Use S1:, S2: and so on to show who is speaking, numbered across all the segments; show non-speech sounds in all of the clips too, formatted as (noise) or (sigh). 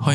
S1: 欢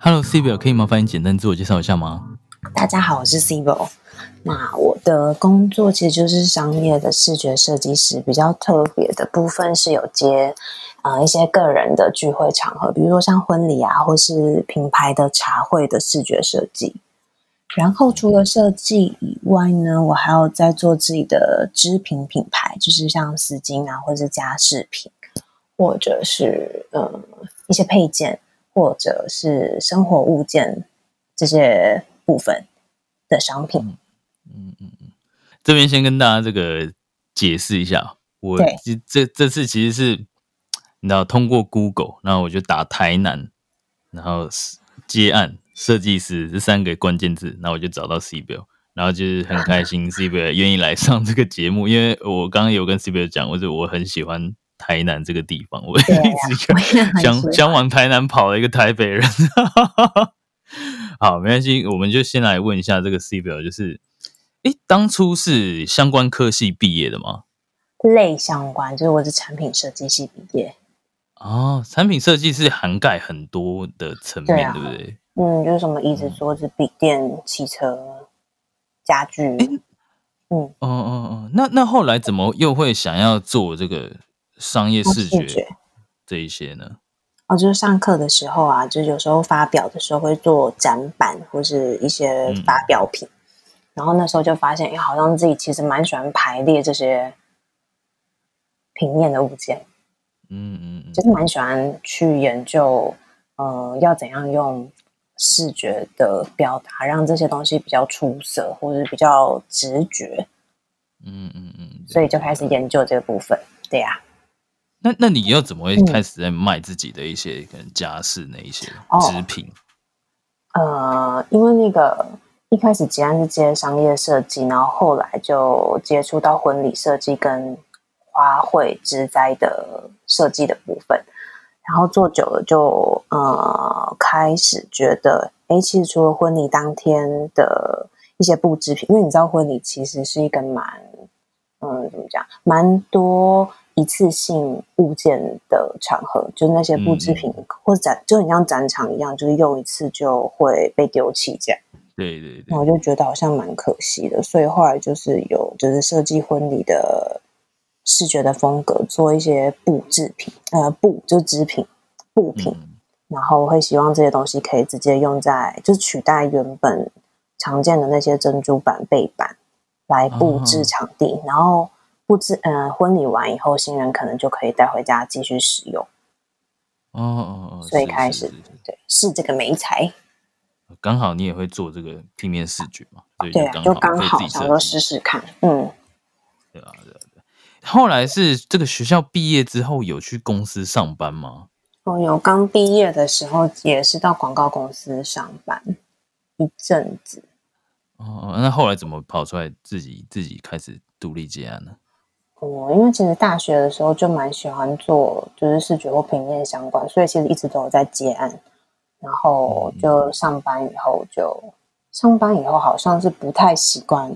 S1: Hello C 表，可以麻烦你简单自我介绍一下吗？
S2: 大家好，我是 Cibo。那我的工作其实就是商业的视觉设计师，比较特别的部分是有接呃一些个人的聚会场合，比如说像婚礼啊，或是品牌的茶会的视觉设计。然后除了设计以外呢，我还有在做自己的织品品牌，就是像丝巾啊，或是家饰品，或者是呃一些配件，或者是生活物件这些部分的商品。
S1: 这边先跟大家这个解释一下，我
S2: 对
S1: 这这这次其实是，你知道通过 Google，然后我就打台南，然后是接案设计师这三个关键字，那我就找到 C b i l 然后就是很开
S2: (laughs)
S1: 心 C b i l 愿意来上这个节目，因为我刚刚有跟 C b i l 讲，我就我很喜欢台南这个地方，我一
S2: 对啊
S1: 直
S2: 我也很喜
S1: 想
S2: 欢
S1: 想往台南跑的一个台北人。 (laughs) 好，没关系，我们就先来问一下这个 C 表，就是，诶，当初是相关科系毕业的吗？
S2: 类相关，就是我是产品设计系毕业，
S1: 哦，产品设计是涵盖很多的层
S2: 对
S1: 面，
S2: 啊
S1: 对,、不对？
S2: 嗯，就是什么椅子、桌子、笔电、汽车、家具，嗯，
S1: 哦哦哦，那那后来怎么又会想要做这个商业视
S2: 视觉
S1: 觉这一些呢？
S2: 哦，就是上课的时候啊，就是有时候发表的时候会做展板或是一些
S1: 嗯
S2: 发表品，然后那时候就发现，哎、好像自己其实蛮喜欢排列这些平面的物件，
S1: 嗯嗯嗯
S2: 就是蛮喜欢去研究，呃，要怎样用视觉的表达让这些东西比较出色，或者比较直觉，
S1: 嗯嗯嗯，
S2: 所以就开始研究这个部分。对啊呀、
S1: 那那你又怎么会
S2: 嗯
S1: 开始在卖自己的一些可能家饰那一些
S2: 哦
S1: 织品？
S2: 呃，因为那个一开始吉安是接商业设计，然后后来就接触到婚礼设计跟花卉植栽的设计的部分，然后做久了就呃开始觉得，诶，其实除了婚礼当天的一些布置品，因为你知道婚礼其实是一个蛮嗯怎么讲，蛮多。一次性物件的场合，就是那些布制品或展，就很像展场一样，就是用一次就会被丢弃这样。
S1: 对对对
S2: 那，我就觉得好像蛮可惜的，所以后来就是有就是设计婚礼的视觉的风格，做一些布制品，呃，布就是织品、布品，
S1: 嗯
S2: 然后会希望这些东西可以直接用在，就是取代原本常见的那些珍珠板、背板来布
S1: 哦
S2: 置场地，然后布置呃婚礼完以后，新人可能就可以带回家继续使用。
S1: 哦哦哦，
S2: 所以
S1: 是
S2: 开
S1: 是
S2: 始
S1: 是是
S2: 对，是这个美材，
S1: 刚好你也会做这个平面视觉嘛，所以
S2: 对啊，就刚
S1: 可以
S2: 好
S1: 自己
S2: 想说
S1: 设计，
S2: 试试看，嗯，
S1: 对啊对啊对啊。后来是这个学校毕业之后有去公司上班吗？
S2: 我有刚毕业的时候也是到广告公司上班一阵子，
S1: 哦，哦那后来怎么跑出来自己自己开始独立接案呢？
S2: 嗯，因为其实大学的时候就蛮喜欢做就是视觉或平面相关，所以其实一直都有在接案，然后就上班以后就上班以后好像是不太习惯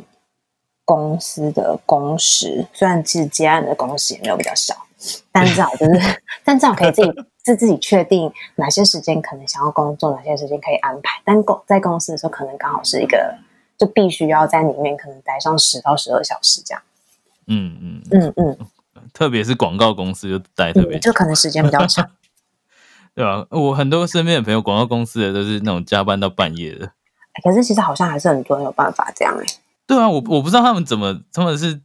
S2: 公司的工时，虽然其实接案的工时也没有比较少，但至少就是 (laughs) 但至少可以自己自自己确定哪些时间可能想要工作，哪些时间可以安排，但公在公司的时候可能刚好是一个就必须要在里面可能待上十到十二小时这样，
S1: 嗯嗯
S2: 嗯嗯。
S1: 嗯，特别是广告公司就待特别
S2: 嗯，
S1: 久
S2: 就，可能时间比
S1: (laughs)
S2: 较长。
S1: 对吧、我很多身边的朋友，广告公司的都是那种加班到半夜的。
S2: 可是其实好像还是很多人有办法这样哎、欸，
S1: 对啊，我我不知道他们怎么，他们是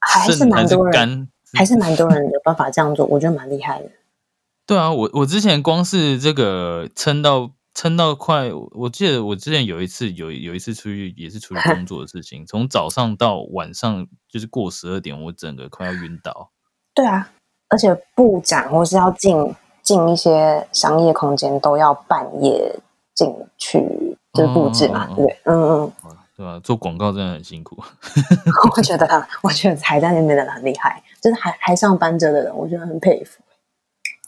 S2: 还是
S1: 肾
S2: 蛮
S1: 还是嗯
S2: 多人，
S1: 肝，
S2: 还是蛮多人有办法这样做，我觉得蛮厉害的。
S1: 对啊，我我之前光是这个撑到撑到快，我记得我之前有一次有有一次出去也是出于工作的事 (laughs) 情，从早上到晚上就是过十二点，我整个快要晕倒。
S2: 对啊，而且布展或是要进进一些商业空间，都要半夜进去就是布置嘛，
S1: 嗯嗯嗯嗯
S2: 对不对，嗯嗯， (laughs)
S1: 对吧、做广告真的很辛苦。 (laughs)
S2: 我觉得 (laughs) 他，我觉得还在那边的人很厉害，就是还还上班着的人，我觉得很佩服。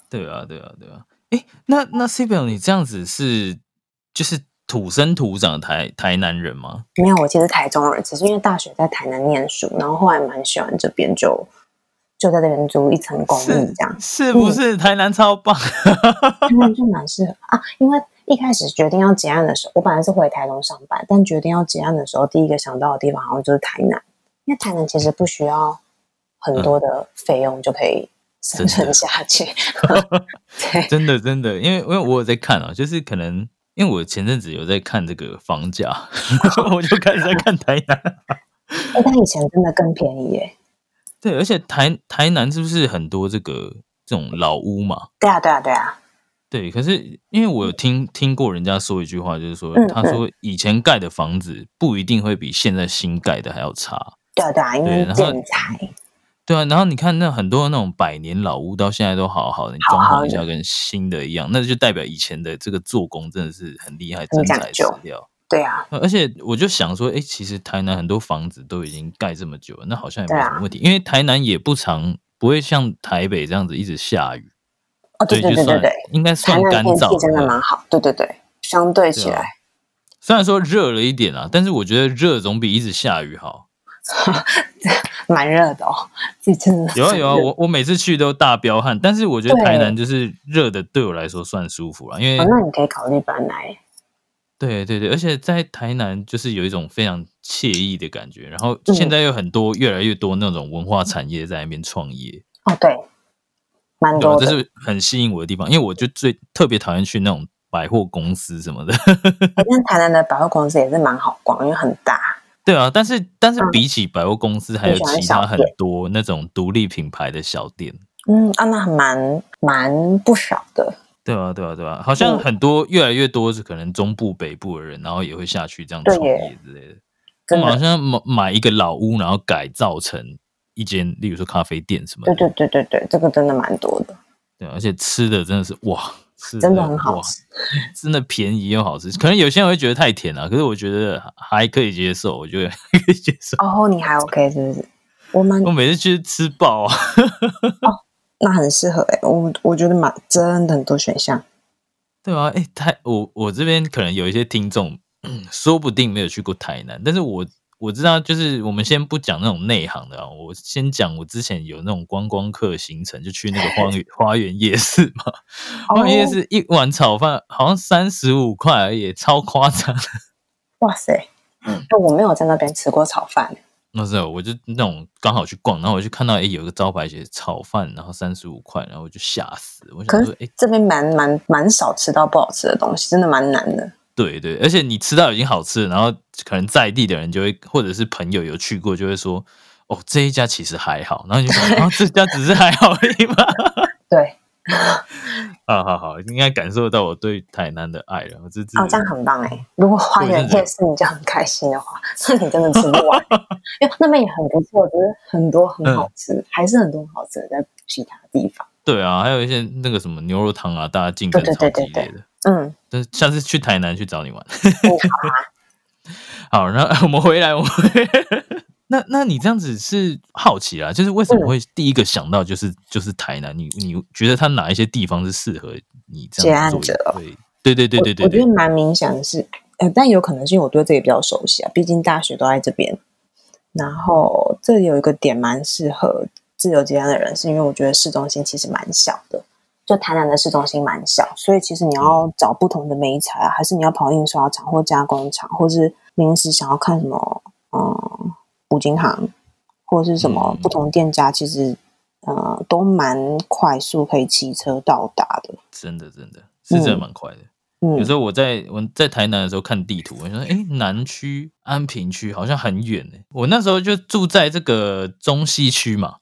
S1: 对啊，对啊，对啊。哎，那那 C 表你这样子是就是土生土长的台台南人吗？
S2: 没有，我其实台中人，只是因为大学在台南念书，然后后来蛮喜欢这边就，就在这边租一层公寓这样，
S1: 是不是台南超棒？
S2: 台南就蛮适合啊。因为一开始决定要结案的时候，我本来是回台中上班，但决定要结案的时候，第一个想到的地方好像就是台南，因为台南其实不需要很多的费用就可以生存下
S1: (laughs)
S2: 去。对，
S1: 真的真的，因为因为我有在看啊，就是可能因为我前阵子有在看这个房价，我就开始在看台南。
S2: 哎，但以前真的更便宜耶。
S1: 对，而且台台南是不是很多这个这种老屋嘛？
S2: 对啊，对啊，对啊，
S1: 对，可是因为我有听听过人家说一句话，就是说
S2: 嗯
S1: 他说以前盖的房子不一定会比现在新盖的还要差。
S2: 对啊，对啊，因
S1: 对
S2: 为
S1: 然后
S2: 建材
S1: 对啊，然后你看那很多那种百年老屋到现在都好好的，你
S2: 好
S1: 装
S2: 好
S1: 潢一
S2: 的
S1: 下跟新的一样，那就代表以前的这个做工真的是很厉害，
S2: 很
S1: 真
S2: 讲
S1: 材实
S2: 究
S1: 料。
S2: 对啊，
S1: 呃而且我就想说，哎，其实台南很多房子都已经盖这么久了，那好像也没
S2: 对
S1: 什么
S2: 啊
S1: 问题，因为台南也不常不会像台北这样子一直下雨，
S2: 哦，对对
S1: 就
S2: 对对
S1: 算
S2: 对，
S1: 应该
S2: 台
S1: 算
S2: 南
S1: 干
S2: 天气
S1: 燥
S2: 真的
S1: 了。
S2: 蛮好，对对对，相对起
S1: 对啊
S2: 来，
S1: 虽然说热了一点啊，但是我觉得热总比一直下雨好。
S2: 蛮热的哦， (laughs) 自己真的
S1: 有啊有啊，
S2: 很热
S1: 我我每次去都大彪汗，但是我觉得台南就是热的，对我来说算舒服了，因为
S2: 哦那你可以考虑搬来，
S1: 对对对，而且在台南就是有一种非常惬意的感觉，然后
S2: 嗯
S1: 现在有很多越来越多那种文化产业在那边创业，
S2: 哦，对，蛮
S1: 对吧？啊
S2: 多
S1: 这
S2: 的，
S1: 是很吸引我的地方，因为我就最特别讨厌去那种百货公司什么的， (laughs)
S2: 哎但台南的百货公司也是蛮好逛，因为很大，
S1: 对啊。但是但是
S2: 嗯
S1: 比起百货公司，还
S2: 你
S1: 有
S2: 喜欢
S1: 其
S2: 小
S1: 他很
S2: 店
S1: 多那种独立品牌的小店，
S2: 嗯，啊，那蛮蛮不少的，
S1: 对啊对啊对啊，好像
S2: 嗯
S1: 很多越来越多是可能中部北部的人，然后也会下去这样
S2: 对
S1: 创
S2: 耶
S1: 业之类的。我
S2: 真
S1: 们好
S2: 的，
S1: 像买买一个老屋，然后改造成一间，例如说咖啡店什么的。
S2: 对对对对对，这个真的蛮多的，
S1: 对啊而且吃的真的是哇，吃
S2: 真的很好
S1: 哇
S2: 吃，
S1: 真的便宜又好吃。可能有些人会觉得太甜了，可是我觉得还可以接受，我觉得 (laughs) 可以接受。
S2: 哦，你还 OK 是不是？我们
S1: 我每次去吃爆啊，
S2: 那很适合哎、我我觉得蛮真的很多选项，
S1: 对啊，哎、台我我这边可能有一些听众， (clears throat) 说不定没有去过台南，但是我我知道，就是我们先不讲那种内行的啊，我先讲我之前有那种观光客行程，就去那个花园花园夜市嘛，花园夜市一碗炒饭好像三十五块而已，超夸张。
S2: 哇塞，
S1: 嗯
S2: 那我没有在那边吃过炒饭。
S1: 那时候我就那种刚好去逛，然后我就看到哎、诶有个招牌写炒饭，然后三十五块，然后我就吓死，我
S2: 可
S1: 想说
S2: 是
S1: 哎、诶
S2: 这边蛮蛮蛮少吃到不好吃的东西，真的蛮难的。
S1: 对对，而且你吃到已经好吃了，然后可能在地的人就会，或者是朋友有去过，就会说，哦，这一家其实还好，然后你就
S2: (laughs)
S1: 想，啊，这家只是还好而已嘛。
S2: 对，
S1: 好好好，应该感受到我对台南的爱了。我这次
S2: 哦，这样很棒哎！如果花园夜市你就很开心的话， (laughs) 那你真的吃不完， (laughs) 因为那边也很不错，只是很多很好吃，还是很多很好吃的在其他地方。
S1: 对啊，还有一些那个什么牛肉汤啊，大家竞争
S2: 对
S1: 超
S2: 对
S1: 激
S2: 对
S1: 烈的。
S2: 嗯，
S1: 但是下次去台南去找你玩。
S2: 嗯好
S1: 好，然后 (laughs) 我们回来，我们回来那那你这样子是好奇啦，就是为什么
S2: 嗯
S1: 会第一个想到就是就是台南？你你觉得它哪一些地方是适合你这
S2: 结
S1: 样
S2: 案
S1: 子做
S2: 者哦
S1: 一个？对对对对
S2: 我
S1: 对
S2: 我觉
S1: 对
S2: 得蛮明显的是，呃，但有可能是因为我对这里比较熟悉啊，毕竟大学都在这边。然后这里有一个点蛮适合自由接案的人，是因为我觉得市中心其实蛮小的，就台南的市中心蛮小，所以其实你
S1: 嗯
S2: 要找不同的美材啊，还是你要跑印刷厂或加工厂，或是临时想要看什么，嗯，五金行或是什
S1: 嗯
S2: 么不同店家，其实呃都蛮快速可以骑车到达的。
S1: 真的真的是真的
S2: 嗯
S1: 蛮快的。
S2: 嗯
S1: 有，时候我在我在台南的时候看地图，我想说，哎，南区安平区好像很远哎、我那时候就住在这个中西区嘛，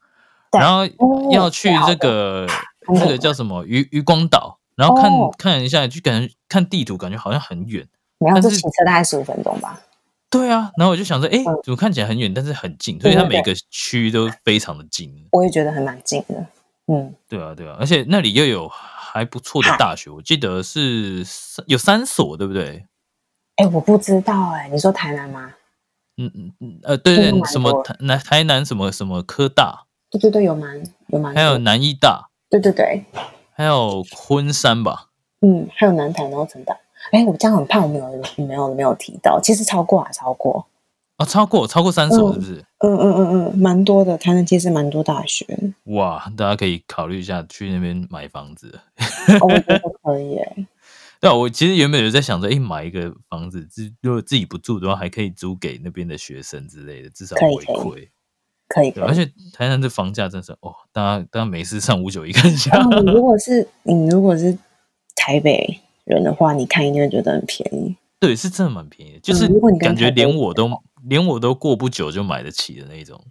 S2: 对
S1: 然后
S2: 哦
S1: 要去
S2: 最好
S1: 这
S2: 的
S1: 个
S2: 安
S1: 这
S2: 平
S1: 个叫什么渔渔光岛，然后看、
S2: 哦
S1: 看一下，就感觉看地图，感觉好像很远。
S2: 没有，
S1: 但
S2: 这
S1: 是
S2: 骑车大概十五分钟吧。
S1: 对啊，然后我就想说，哎、
S2: 嗯
S1: 怎么看起来很远，但是很近，所以
S2: 对对
S1: 它每
S2: 对
S1: 个区都非常的近。
S2: 我也觉得很蛮近的。嗯，
S1: 对啊，对啊，而且那里又有还不错的大学，我记得是三有三所，对不对？
S2: 哎，我不知道哎、你说台南吗？
S1: 嗯嗯嗯，呃，对
S2: 真的
S1: 对，
S2: 蛮
S1: 什么
S2: 多
S1: 台南台南什么什么科大，
S2: 对对对，有蛮有蛮
S1: 还有
S2: 多。
S1: 南医大，
S2: 对对对，
S1: 还有昆山吧？
S2: 嗯，还有南台，然后成大。哎，我这样很怕，我没有没有没有提到，其实超过啊，超过。
S1: 啊，超过超过三所是不是？
S2: 嗯嗯嗯嗯，蛮多的。台南其实蛮多大学，
S1: 哇，大家可以考虑一下去那边买房子。
S2: 哦、我觉得可以、欸。
S1: 对啊，我其实原本有在想着，诶，买一个房子，自如果自己不住的话，还可以租给那边的学生之类的，至少
S2: 可以
S1: 回
S2: 可以
S1: 馈。
S2: 可以，可
S1: 对
S2: 以
S1: 啊，而且台南的房价真是哦，大家大家没事上五九一看一下。
S2: 哦，你如果是你如果是台北人的话，你看一定会觉得很便宜。
S1: (laughs) 对，是真的蛮便宜的，就是
S2: 嗯如果你跟
S1: 感觉
S2: 台北
S1: 连
S2: 比
S1: 我都连我都过不久就买得起的那一种。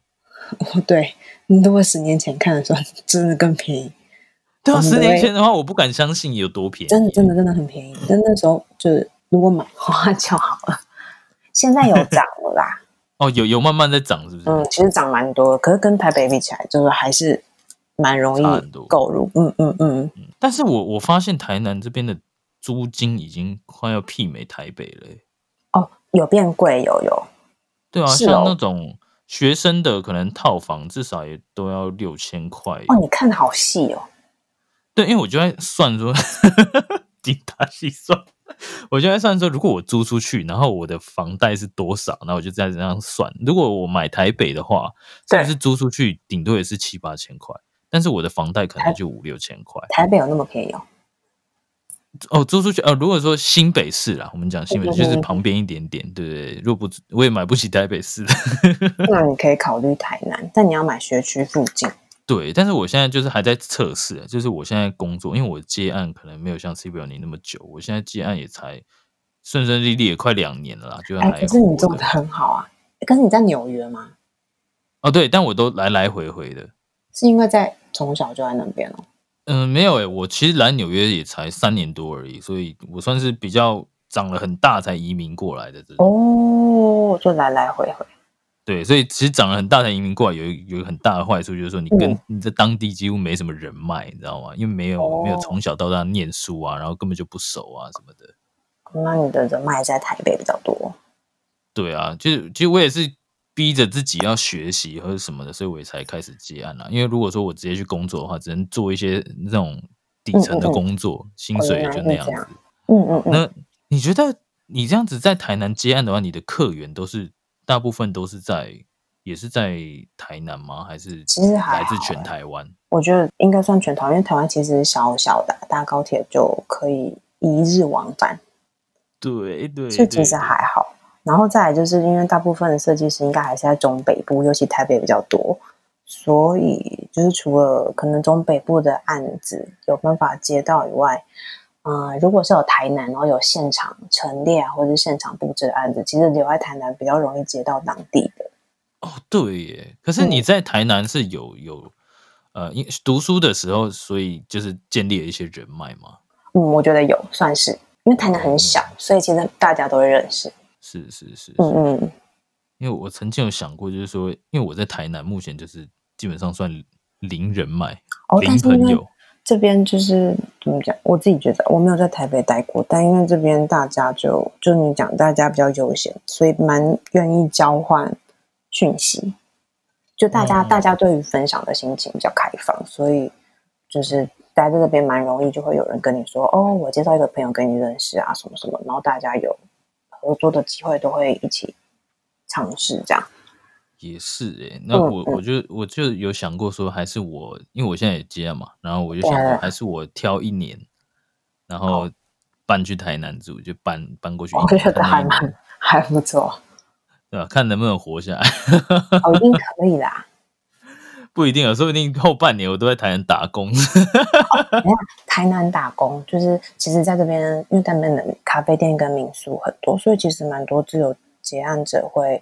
S2: 哦对，你如果十年前看的时候，真的更便宜，
S1: 对啊，
S2: 我们
S1: 十
S2: 都
S1: 年
S2: 会
S1: 前的话，我不敢相信有多便宜。
S2: 真的真的真的很便宜。但那时候就是如果买的话就好了。 (laughs) 现在有涨了啦，
S1: (laughs) 哦，有有慢慢在涨，是不是？
S2: 嗯，其实涨蛮多的，可是跟台北比起来，就是还是蛮容
S1: 差很
S2: 易
S1: 多
S2: 购入。嗯嗯嗯，
S1: 但是我我发现台南这边的租金已经快要媲美台北了欸、
S2: 哦，有变贵，有有，
S1: 对啊，
S2: 是
S1: 像
S2: 哦
S1: 那种学生的可能套房至少也都要六千块。
S2: 哦，你看的好细哦。
S1: 对，因为我就在算说，精打细算，我就在算说，如果我租出去，然后我的房贷是多少，然后我就在这样算。如果我买台北的话，是不
S2: 对
S1: 是租出去顶多也是七八千块？但是我的房贷可能
S2: 台
S1: 就五六千块
S2: 台北有那么便
S1: (laughs)
S2: 宜哦？
S1: 哦，租出去呃，如果说新北市啦，我们讲新北市就是
S2: 嗯
S1: 旁边一点点，对不对？如果不我也买不起台北市的， (laughs)
S2: 那你可以考虑台南，但你要买学区附近。
S1: 对，但是我现在就是还在测试，啊就是我现在工作，因为我接案可能没有像 C B 你那么久，我现在接案也才顺顺利利也快两年了啦，就还
S2: 哎，可是你
S1: 活
S2: 做
S1: 着
S2: 的很好啊。可是你在纽约吗？
S1: 哦，对，但我都来来回回的，
S2: 是因为在从小就在那边哦。
S1: 嗯，没有诶、我其实来纽约也才三年多而已，所以我算是比较长了很大才移民过来的这种，
S2: 哦，就来来回回。
S1: 对，所以其实长了很大才移民过来有一有一个很大的坏处，就是说你跟、
S2: 嗯
S1: 你在当地几乎没什么人脉，你知道吗？因为没有、没有
S2: 哦
S1: 从小到大念书啊，然后根本就不熟啊什么的。
S2: 那你的人脉在台北比较多。
S1: 对啊，就是其实我也是逼着自己要学习或者什么的，所以我也才开始接案啊啦。因为如果说我直接去工作的话，只能做一些那种底层的
S2: 嗯嗯嗯
S1: 工作，薪
S2: 哦
S1: 水也
S2: 原来
S1: 就是那样
S2: 这
S1: 子。
S2: 样嗯嗯嗯，
S1: 那你觉得你这样子在台南接案的话，你的客源都是大部分都是在也是在台南吗？还是
S2: 其实还
S1: 来自
S2: 好
S1: 全
S2: 欸
S1: 台湾？
S2: 我觉得应该算全台湾，因为台湾其实小小的，搭高铁就可以一日往返，
S1: 对对，
S2: 所
S1: 对
S2: 以其实还好。然后再来就是因为大部分的设计师应该还是在中北部，尤其台北比较多，所以就是除了可能中北部的案子有办法接到以外，嗯、如果是有台南，然后有现场陈列啊，或者是现场布置的案子，其实留在台南比较容易接到当地的。
S1: 哦，对耶。可
S2: 嗯
S1: 是你在台南是有有呃，因读书的时候，所以就是建立了一些人脉嘛。
S2: 嗯，我觉得有算是，因为台南很小，
S1: 嗯
S2: 所以其实大家都会认识。
S1: 是是是是，
S2: 嗯嗯，
S1: 因为我曾经有想过，就是说，因为我在台南目前就是基本上算零人脉、
S2: 哦，但
S1: 零
S2: 是因
S1: 朋
S2: 为
S1: 友。
S2: 这边就是怎么讲，我自己觉得我没有在台北待过，但因为这边大家就就你讲，大家比较悠闲，所以蛮愿意交换讯息。就大家、
S1: 嗯
S2: 大家对于分享的心情比较开放，所以就是待在这边蛮容易，就会有人跟你说哦，我介绍一个朋友跟你认识啊，什么什么，然后大家有合作的机会都会一起尝试这样。
S1: 也是诶、那
S2: 嗯
S1: 我
S2: 嗯
S1: 我就我就有想过说，还是我，因为我现在也接案嘛，然后我就想
S2: 对
S1: 说，
S2: 啊
S1: 还是我挑一年，然后搬去台南住，就搬搬过去一
S2: 我
S1: 年，
S2: 觉
S1: 看
S2: 得
S1: 能
S2: 还
S1: 不能
S2: 蛮还不错，
S1: 对吧？看能不能活下来。 (laughs)
S2: 哦，一定可以啦。
S1: 不一定啊，说不定后半年我都在台南打工。 (laughs)
S2: 台南打工，就是其实在这边，因为在那边的咖啡店跟民宿很多，所以其实蛮多自由结案者会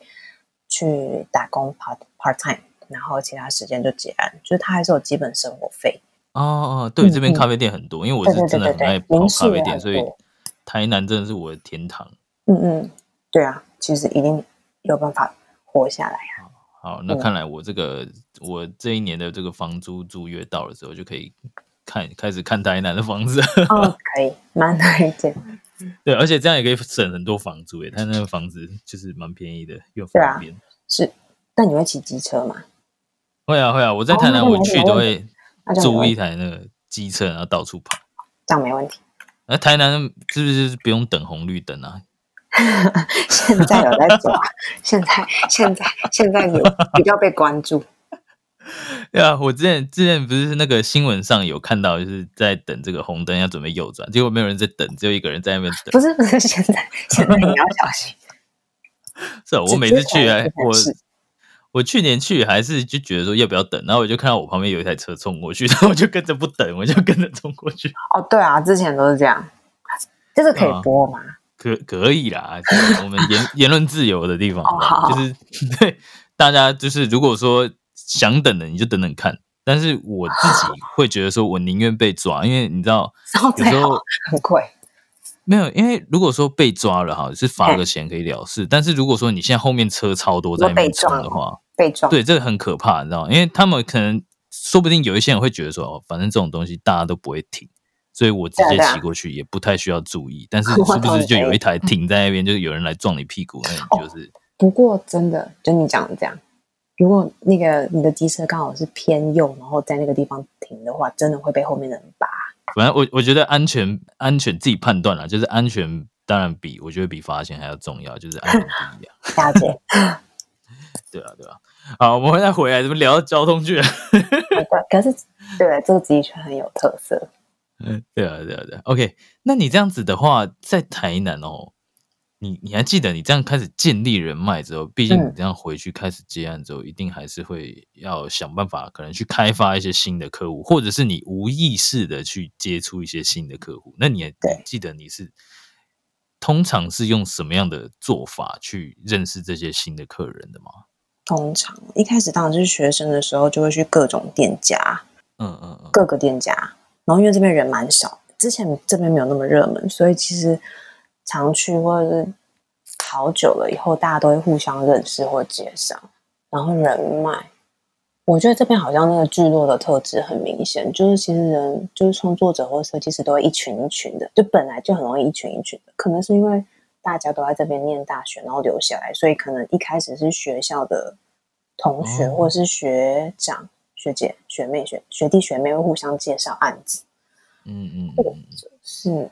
S2: 去打工 part part time，然后其他时间就结案，就是他还是有基本生活费，
S1: 哦哦，对，这边
S2: 嗯嗯
S1: 咖啡店很多，因为我
S2: 对
S1: 是
S2: 对
S1: 真
S2: 对
S1: 的
S2: 对
S1: 很爱
S2: 对，
S1: 跑
S2: 零
S1: 咖
S2: 食
S1: 啡
S2: 也
S1: 店，
S2: 很
S1: 所以
S2: 多。
S1: 台南真的是我的天堂。
S2: 嗯嗯，对啊，其实一定有办法活下来。 (laughs)
S1: 好，那
S2: 嗯
S1: 看来我这个我这一年的这个房租租约到了之后，就可以看开始看台南的房子。
S2: 哦，可以，蛮推荐。
S1: 对，而且这样也可以省很多房租诶，他那个房子就是蛮便宜的，又
S2: 对啊
S1: 方便。
S2: 是，但你会骑机车吗？
S1: 会啊会啊，我在
S2: 哦
S1: 台南
S2: 那没
S1: 我去
S2: 什么
S1: 都
S2: 问
S1: 会
S2: 那就没
S1: 租
S2: 问
S1: 一
S2: 题，
S1: 台那个机车，然后到处跑。
S2: 这样没问题。
S1: 那台南是不是就是不用等红绿灯啊？ (laughs)
S2: 现在有在抓， (laughs) 现在现在现在也比较被关注。
S1: 对啊，我之前之前不是那个新闻上有看到，就是在等这个红灯要准备右转，结果没有人在等，只有一个人在那边等。
S2: 不是不是，现在现在你要小心。
S1: 是啊，我
S2: 直
S1: 每
S2: 接
S1: 次去
S2: 跑
S1: 还
S2: 就很
S1: 我
S2: 是
S1: 我去年去还是就觉得说要不要等，然后我就看到我旁边有一台车冲过去， (laughs) 然后我就跟着不等，我就跟着冲过去。
S2: 哦，对啊，之前都是这样。这个可
S1: 对啊
S2: 以播吗？
S1: 可可以啦， (laughs) 我们
S2: (laughs)
S1: 言言论自由的地方
S2: 哦好，
S1: 就是 (laughs) 对大家就是如果说想等的你就等等看，但是我自己会觉得说我宁愿被抓，因为你知
S2: (laughs)
S1: 道
S2: 然后
S1: 有
S2: 最
S1: 时
S2: 好
S1: 候
S2: 很贵，
S1: 没有，因为如果说被抓了哈，是罚个钱可以了事，但是如果说你现在后面车超多在那边冲的
S2: 如
S1: 话，
S2: 被撞。
S1: 对，这个很可怕，你知道吗？因为他们可能说不定有一些人会觉得说，哦，反正这种东西大家都不会停，所以我直接
S2: 对啊对啊
S1: 骑过去也不太需要注意。但是
S2: (laughs) 我
S1: 是不
S2: 懂
S1: 是
S2: 你
S1: 就
S2: 的
S1: 有
S2: 意哦
S1: 一台停在那边，就是有人来撞你屁股，那你就是、
S2: 不过真的，就你讲的这样，如果那个你的机车刚好是偏右，然后在那个地方停的话，真的会被后面的人扒。
S1: 反正我我觉得安全安全自己判断了，就是安全当然比我觉得比罚钱还要重要，就是安全第一啊， (laughs)
S2: 大姐，
S1: 对啊对啊。好，我们再回来，怎么聊到交通去了？
S2: 对可是对这个自己圈很有特色。
S1: (laughs) 对啊，对啊，对啊。OK，那你这样子的话，在台南哦，你你还记得你这样开始建立人脉之后，毕竟你
S2: 嗯
S1: 这样回去开始接案之后，一定还是会要想办法，可能去开发一些新的客户，或者是你无意识的去接触一些新的客户。那你还你
S2: 对
S1: 记得你是通常是用什么样的做法去认识这些新的客人的吗？
S2: 通常一开始当然就是学生的时候，就会去各种店家，
S1: 嗯嗯嗯，
S2: 各个店家。然后因为这边人蛮少，之前这边没有那么热门，所以其实常去或者是好久了以后，大家都会互相认识或介绍，然后人脉。我觉得这边好像那个聚落的特质很明显，就是其实人就是创作者或设计师都会一群一群的，就本来就很容易一群一群的。可能是因为大家都在这边念大学，然后留下来，所以可能一开始是学校的同学
S1: 哦
S2: 或是学长、学姐、学妹、学学弟、学妹会互相介绍案子，
S1: 嗯嗯
S2: 或
S1: 嗯，
S2: 者是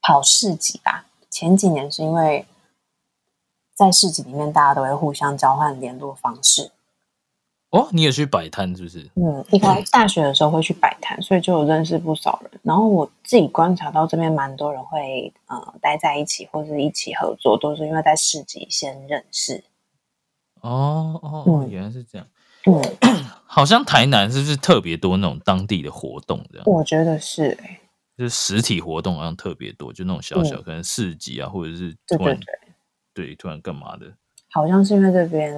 S2: 跑市集吧。前几年是因为在市集里面，大家都会互相交换联络方式。
S1: 哦，你也去摆摊是不是？
S2: 嗯，一开大学的时候会去摆摊，所以就有认识不少人。然后我自己观察到这边蛮多人会呃待在一起，或是一起合作，都是因为在市集先认识。
S1: 哦哦哦，
S2: 嗯
S1: 原来是这样。
S2: 嗯，
S1: 好像台南是不是特别多那种当地的活动？这样
S2: 我觉得是、欸，
S1: 就是实体活动好像特别多，就那种小小、可能市集啊，或者是
S2: 嗯对
S1: 突
S2: 对
S1: 然
S2: 对，
S1: 对突然干嘛的。
S2: 好像是因为这边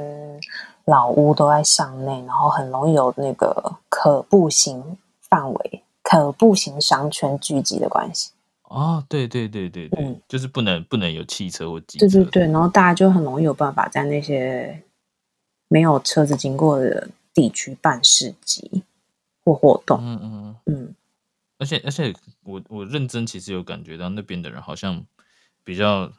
S2: 老屋都在巷内，然后很容易有那个可步行范围、可步行商圈聚集的关系。
S1: 哦，对对对对对，
S2: 嗯
S1: 就是不能不能有汽车或机车。
S2: 对对对，然后大家就很容易有办法在那些没有车子经过的地区办市集或活动。
S1: 嗯嗯嗯。
S2: 嗯，
S1: 而且而且我我认真其实有感觉到那边的人好像比较，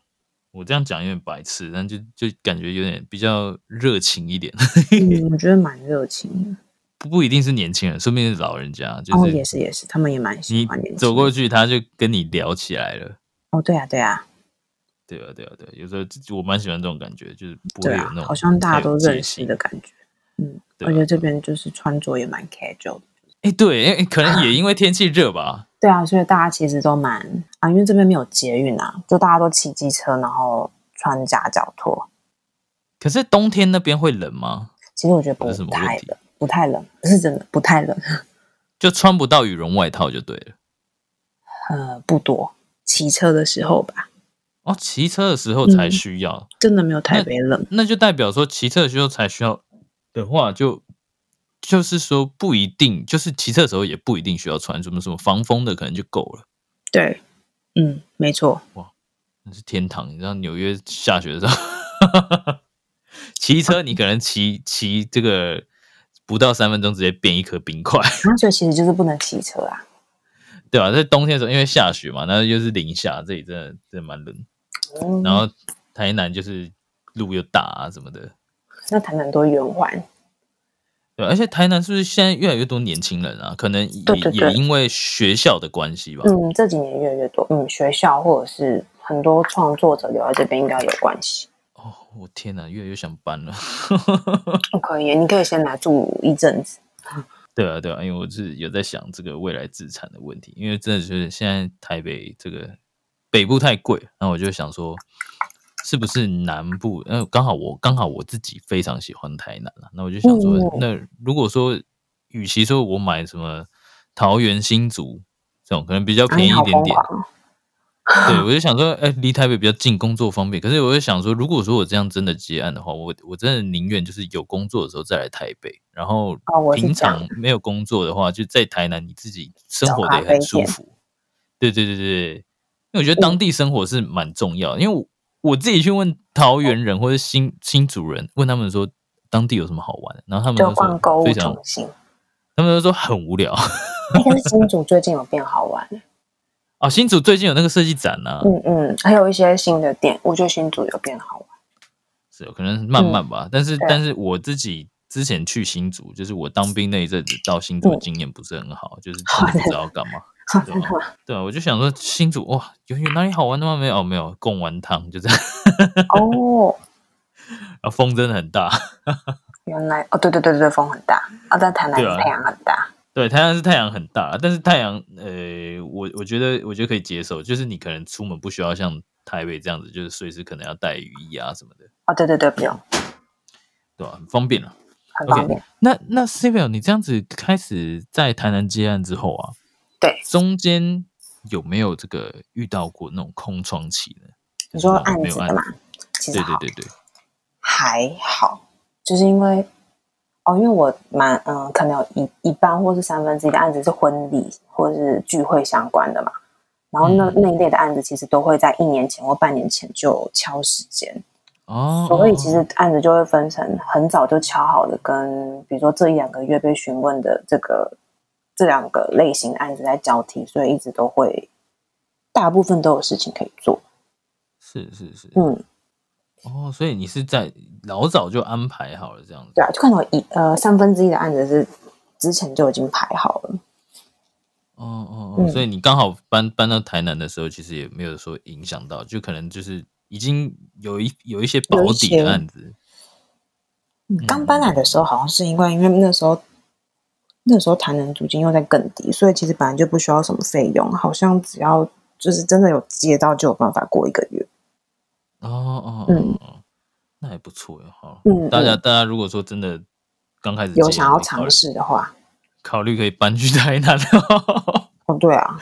S1: 我这样讲有点白痴，但就就感觉有点比较热情一点， (laughs)
S2: 嗯我觉得蛮热情
S1: 不不一定是年轻人，说不定是老人家，(laughs)
S2: 的。
S1: 就
S2: 哦，
S1: 是
S2: 也是也是，他们也蛮喜
S1: 你
S2: 欢年轻人。
S1: 走过去他就跟你聊起来了。
S2: 哦，对啊对啊
S1: 对啊，对啊，对啊，有时候自我蛮喜欢这种感觉，就是不会
S2: 对
S1: 有
S2: 啊
S1: 那种、，
S2: 好像大家都认识的。感觉。嗯，
S1: 对
S2: 而
S1: 啊
S2: 且这边就是穿着也蛮 casual 的。
S1: 哎，对，诶可能也因为天气热吧。
S2: 对啊，所以大家其实都蛮啊，因为这边没有捷运啊，就大家都骑机车，然后穿夹脚拖。
S1: 可是冬天那边会冷吗？
S2: 其实我觉得不
S1: 这是什么
S2: 太
S1: 问题
S2: 冷，不太冷， (laughs) 不是真的不太冷，
S1: 就穿不到羽绒外套就对了。
S2: 呃，不多。骑车的时候吧，
S1: 哦，骑车的时候才
S2: 嗯
S1: 需要，嗯
S2: 真的没有台北冷。
S1: 那就代表说骑车的时候才需要的话，就就是说不一定，就是骑车的时候也不一定需要穿什么什么防风的，可能就够了。
S2: 对，嗯，没错，
S1: 那是天堂，你知道纽约下雪的时候，骑车你可能骑骑这个不到三分钟，直接变一颗冰块，
S2: 那啊所以其实就是不能骑车啊。
S1: 对吧、在冬天的时候，因为下雪嘛，那又是零下，这里真的真的蛮冷。
S2: 嗯
S1: 然后台南就是路又大啊什么的，
S2: 那谈很多圆环，
S1: 对，而且台南是不是现在越来越多年轻人啊？可能也
S2: 对对对
S1: 也因为学校的关系吧。
S2: 嗯，这几年越来越多，嗯，学校或者是很多创作者留在这边应该有关系。
S1: 哦，我天哪，越来越想搬了。
S2: 嗯可以，你可以先来住一阵子。
S1: 对啊，对啊，因为我是有在想这个未来自产的问题，因为真的是现在台北这个北部太贵，那我就想说，是不是南部？呃，刚好我刚好我自己非常喜欢台南了、那我就想说，
S2: 嗯
S1: 那如果说，与其说我买什么桃园新竹这种可能比较
S2: 啊
S1: 便宜
S2: 你
S1: 一
S2: 好
S1: 点
S2: 疯
S1: 点，
S2: 狂哦！ (laughs)
S1: 对，我就想说，哎、离台北比较近，工作方便。可是我就想说，如果说我这样真的接案的话，我我真的宁愿就是有工作的时候再来台北，然后
S2: 哦我是
S1: 平
S2: 这样
S1: 常没有工作的话，就在台南你自己生
S2: 找
S1: 活
S2: 咖
S1: 的也很
S2: 啡
S1: 舒
S2: 店嗯
S1: 服。对对对对，因为我觉得当地生活是蛮重要的，因为我我自己去问桃园人或者新新主人，问他们说当地有什么好玩的，然后他们
S2: 就
S1: 都
S2: 逛购
S1: 说
S2: 物
S1: 非常
S2: 中，心，
S1: 他们都说很无聊 (laughs)
S2: 哎 (laughs) 但是新竹最近有变好玩，
S1: 哦。新竹最近有那个设计展呢、啊，
S2: 嗯嗯，还有一些新的店，我觉得新竹有变好玩。
S1: 是有可能慢慢吧，但是
S2: 对
S1: 但是我自己之前去新竹，就是我当兵那一阵子到新竹的
S2: 嗯
S1: 经验不是很好，就是真的不知道干嘛。对吧对啊，我就想说新竹哇，有有哪里好玩的吗？没有，哦没有，贡丸汤就这样。
S2: (laughs) 哦，
S1: 然后风真的很大， (laughs)
S2: 原来哦，对对对对，风很大啊，在台南
S1: 对啊
S2: 太阳很大，
S1: 对，太阳是太阳很大，但是太阳呃，我我觉得我觉得可以接受，就是你可能出门不需要像台北这样子，就是随时可能要带雨衣啊什么的，
S2: 哦，对对对，不用，
S1: 对啊吧、很方便了。
S2: 很
S1: OK，
S2: 方便。
S1: 那那 c i v i l 你这样子开始在台南接案之后啊，
S2: 对，
S1: 中间有没有这个遇到过那种空窗期呢？
S2: 你说
S1: 就是那
S2: 案
S1: 种没
S2: 子
S1: 有
S2: 的嘛
S1: 案子，
S2: 其实
S1: 对
S2: 好
S1: 对对对，
S2: 还好，就是因为哦，因为我蛮嗯、可能有一一半或是三分之一的案子是婚礼或是聚会相关的嘛，然后那、
S1: 嗯
S2: 那一类的案子其实都会在一年前或半年前就敲时间，
S1: 哦，
S2: 所以其
S1: 哦
S2: 实案子就会分成很早就敲好的跟比如说这一两个月被询问的这个这两个类型的案子在交替，所以一直都会大部分都有事情可以做，
S1: 是是是，
S2: 嗯。
S1: 哦，所以你是在老早就安排好了这样子
S2: 对啊，就看到一呃三分之一的案子是之前就已经排好了，
S1: 哦哦哦，
S2: 嗯
S1: 所以你刚好搬搬到台南的时候，其实也没有说影响到，就可能就是已经有一有一些
S2: 有一
S1: 保底
S2: 些
S1: 的案子，嗯
S2: 刚搬来的时候好像是因为因为那时候那时候台南租金又在更低，所以其实本来就不需要什么费用，好像只要就是真的有接到就有办法过一个月。
S1: 哦哦，
S2: 嗯
S1: 哦哦，那还不错呀，好，
S2: 嗯，
S1: 大家
S2: 嗯
S1: 大家如果说真的刚开始
S2: 有
S1: 接
S2: 想要
S1: 可以考虑
S2: 尝试的话，
S1: 考虑可以搬去 (laughs) 台南了。
S2: 哦对啊，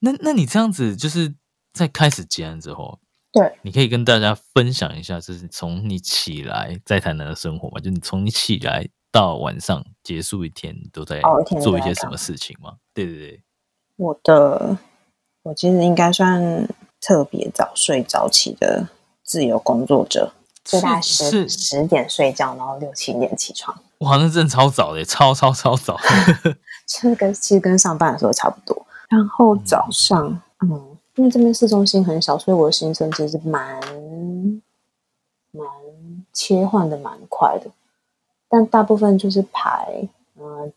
S1: 那那你这样子就是在开始结案之后，
S2: 对，
S1: 你可以跟大家分享一下，就是从你起来在台南的生活嘛，就你从你起来到晚上结束一天，你都在
S2: 哦一天都
S1: 做一
S2: 在
S1: 些
S2: 干
S1: 什么
S2: 嘛
S1: 事情吗？对对对，
S2: 我的我其实应该算特别早睡早起的自由工作者，所以大概
S1: 是是
S2: 十十点睡觉，然后六七点起床。
S1: 哇，那真的超早的，超超超早。
S2: (laughs) 就是跟其实跟上班的时候差不多。然后早上，嗯，因为这边市中心很小，所以我的行程其实蛮蛮切换的蛮快的。但大部分就是排，嗯，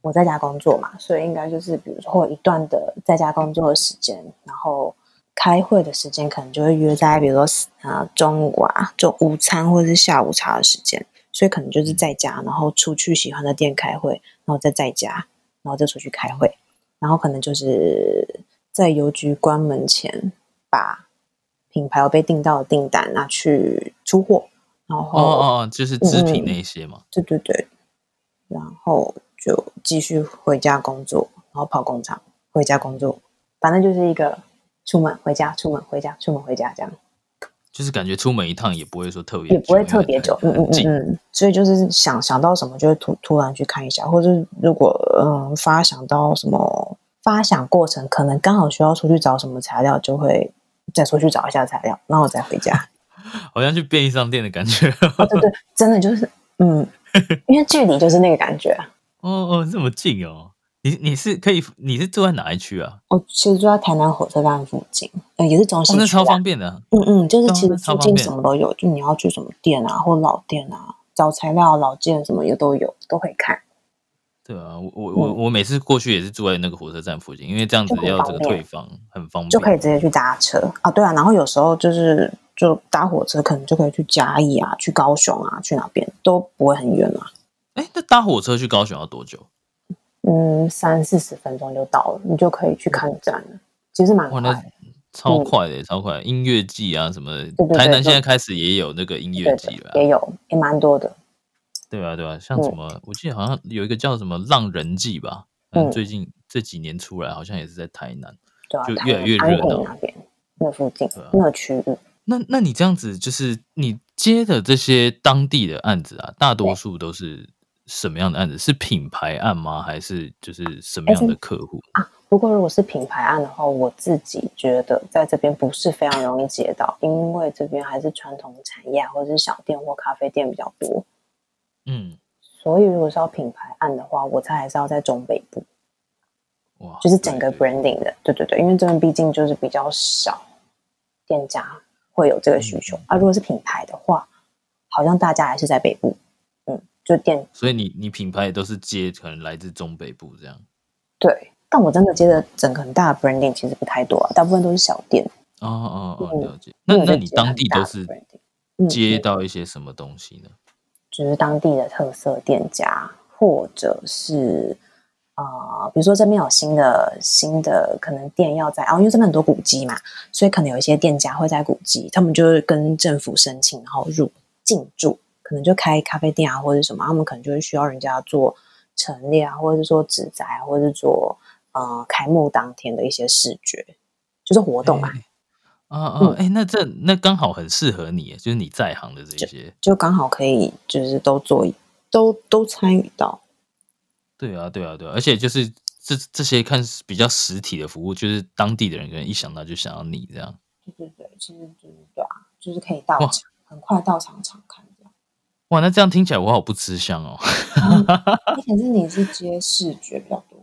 S2: 我在家工作嘛，所以应该就是比如说会有一段的在家工作的时间，然后开会的时间可能就会约在比如说呃中午啊，就午餐或者是下午茶的时间，所以可
S1: 嗯
S2: 能就是在家，然后出去喜欢的店开会，然后再在家，然后再出去开会，然后可能就是在邮局关门前把品牌有被订到的订单拿去出货，然后
S1: 哦哦哦，就是织品
S2: 嗯嗯
S1: 那一些嘛。
S2: 对对对，然后就继续回家工作，然后跑工厂，回家工作，反正就是一个出门回家，出门回家，出门回家这样。
S1: 就是感觉出门一趟也不会说特别久，
S2: 也不会特别久，
S1: 因
S2: 嗯
S1: 为
S2: 嗯
S1: 很近
S2: 嗯嗯，所以就是想想到什么就会突突然去看一下，或者是如果嗯发想到什么发想过程，可能刚好需要出去找什么材料，就会再出去找一下材料，然后再回家。
S1: 好像去便利商店的感觉。 (laughs)
S2: 哦，对对，真的就是嗯，因为距离就是那个感觉。啊
S1: 哦哦，这么近哦！你你是可以，你是住在哪一区啊？
S2: 我其实住在台南火车站附近，呃，也是中
S1: 哦，
S2: 心
S1: 那
S2: 区、啊
S1: 超方便的啊。
S2: 嗯嗯，就是
S1: 对啊
S2: 其实
S1: 那超
S2: 附
S1: 方
S2: 近
S1: 便
S2: 什么都有，就你要去什么店啊，或老店啊，找材料、老件什么也都有，都会看。
S1: 对啊，我我我我每次过去也是住在那个火车站附近，因为这样子
S2: 嗯就很
S1: 要
S2: 方
S1: 这个
S2: 便
S1: 退房很方便，
S2: 就可以直接去搭车啊。对啊，然后有时候就是就搭火车，可能就可以去嘉义啊，去高雄啊，去哪边都不会很远啊。
S1: 哎，那搭火车去高雄要多久？
S2: 嗯，三四十分钟就到了，你就可以去看展了，其实蛮
S1: 哇
S2: 快
S1: 那
S2: 的。
S1: 超快的，超快！音乐季啊什么的，
S2: 对对
S1: 台南
S2: 就
S1: 现在开始也有那个音乐
S2: 对
S1: 季了啊、
S2: 的，也有也蛮多的。
S1: 对啊，对啊，像什
S2: 嗯
S1: 么，我记得好像有一个叫什么《浪人记》吧，
S2: 嗯
S1: 嗯，最近这几年出来，好像也是在台南。
S2: 对啊，
S1: 就
S2: 台
S1: 越来
S2: 南
S1: 越
S2: 安
S1: 热
S2: 平
S1: 闹
S2: 那边那附近
S1: 对啊
S2: 那区域，
S1: 那那你这样子，就是你接的这些当地的案子啊，大多数都是什么样的案子？是品牌案吗？还是就是什么
S2: 哎
S1: 样的
S2: 真
S1: 客户？
S2: 不过，如果是品牌案的话，我自己觉得在这边不是非常容易接到，因为这边还是传统产业啊或者是小店或咖啡店比较多。
S1: 嗯，
S2: 所以，如果是要品牌案的话，我猜还是要在中北部，
S1: 哇，
S2: 就是整个
S1: 对对
S2: branding 的。对对对，因为这边毕竟就是比较少店家会有这个需求
S1: 嗯
S2: 啊。如果是品牌的话，好像大家还是在北部，嗯，就店
S1: 所以你你品牌也都是接可能来自中北部这样。
S2: 对。但我真的接的整个很大的 branding 其实不太多、啊，大部分都是小店。
S1: 哦哦哦，
S2: 嗯
S1: 了解。那
S2: 没有
S1: 那
S2: 在
S1: 你
S2: 接
S1: 当
S2: 很
S1: 地
S2: 大
S1: 都
S2: 的
S1: 是
S2: branding 嗯
S1: 接到一些什么东西呢？
S2: 就是当地的特色店家，或者是啊、呃比如说这边有新的新的可能店要在啊、因为这边很多古迹嘛，所以可能有一些店家会在古迹，他们就是跟政府申请，然后入进驻，可能就开咖啡店啊或者什么，他们可能就会需要人家做陈列啊，或者是做纸宅啊，或者是做呃开幕当天的一些视觉，就是活动嘛，
S1: 哎啊
S2: 嗯
S1: 啊，哎、那这那刚好很适合你耶，就是你在行的这些。
S2: 就刚好可以就是都做都都参与到。
S1: 对啊，对啊，对啊，而且就是这这些看似比较实体的服务，就是当地的人可能一想到就想要你这样。
S2: 对对对，其实就是对啊，就是可以到
S1: 哇
S2: 场，很快到场场看这样。
S1: 哇，那这样听起来我好不吃香哦。
S2: 那可是你是接视觉比较多，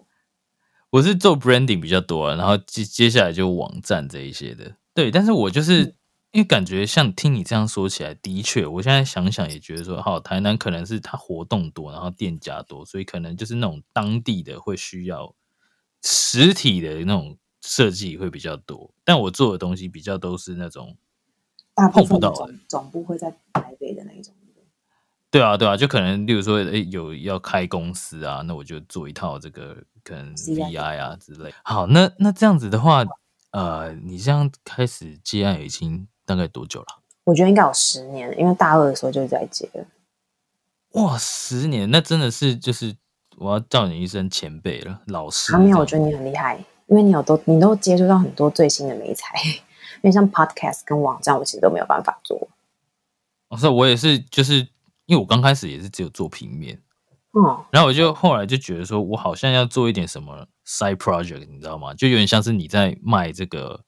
S1: 我是做 branding 比较多啊，然后接接下来就网站这一些的。对，但是我就是、因为感觉像听你这样说起来，的确，我现在想想也觉得说，好，台南可能是它活动多，然后店家多，所以可能就是那种当地的会需要实体的那种设计会比较多。但我做的东西比较都是那种，
S2: 大部
S1: 碰
S2: 分
S1: 不
S2: 的
S1: 到
S2: 总总部会在台北的那一种。
S1: 对啊，对啊，就可能例如说，诶，有要开公司啊，那我就做一套这个可能
S2: CI
S1: VI 啊之类。好，那那这样子的话，呃，你这样开始接案已经大概多久了？
S2: 我觉得应该有十年，因为大二的时候就在接了。
S1: 哇，十年，那真的是就是我要叫你一声前辈了，老师这
S2: 啊，
S1: 样。
S2: 没有，我觉得你很厉害，因为你有都你都接触到很多最新的美材， (laughs) 因为像 podcast 跟网站，我其实都没有办法做。
S1: 哦是我也是，就是因为我刚开始也是只有做平面，
S2: 嗯，
S1: 然后我就后来就觉得说，我好像要做一点什么 side project，你知道吗？就有点像是你在卖这个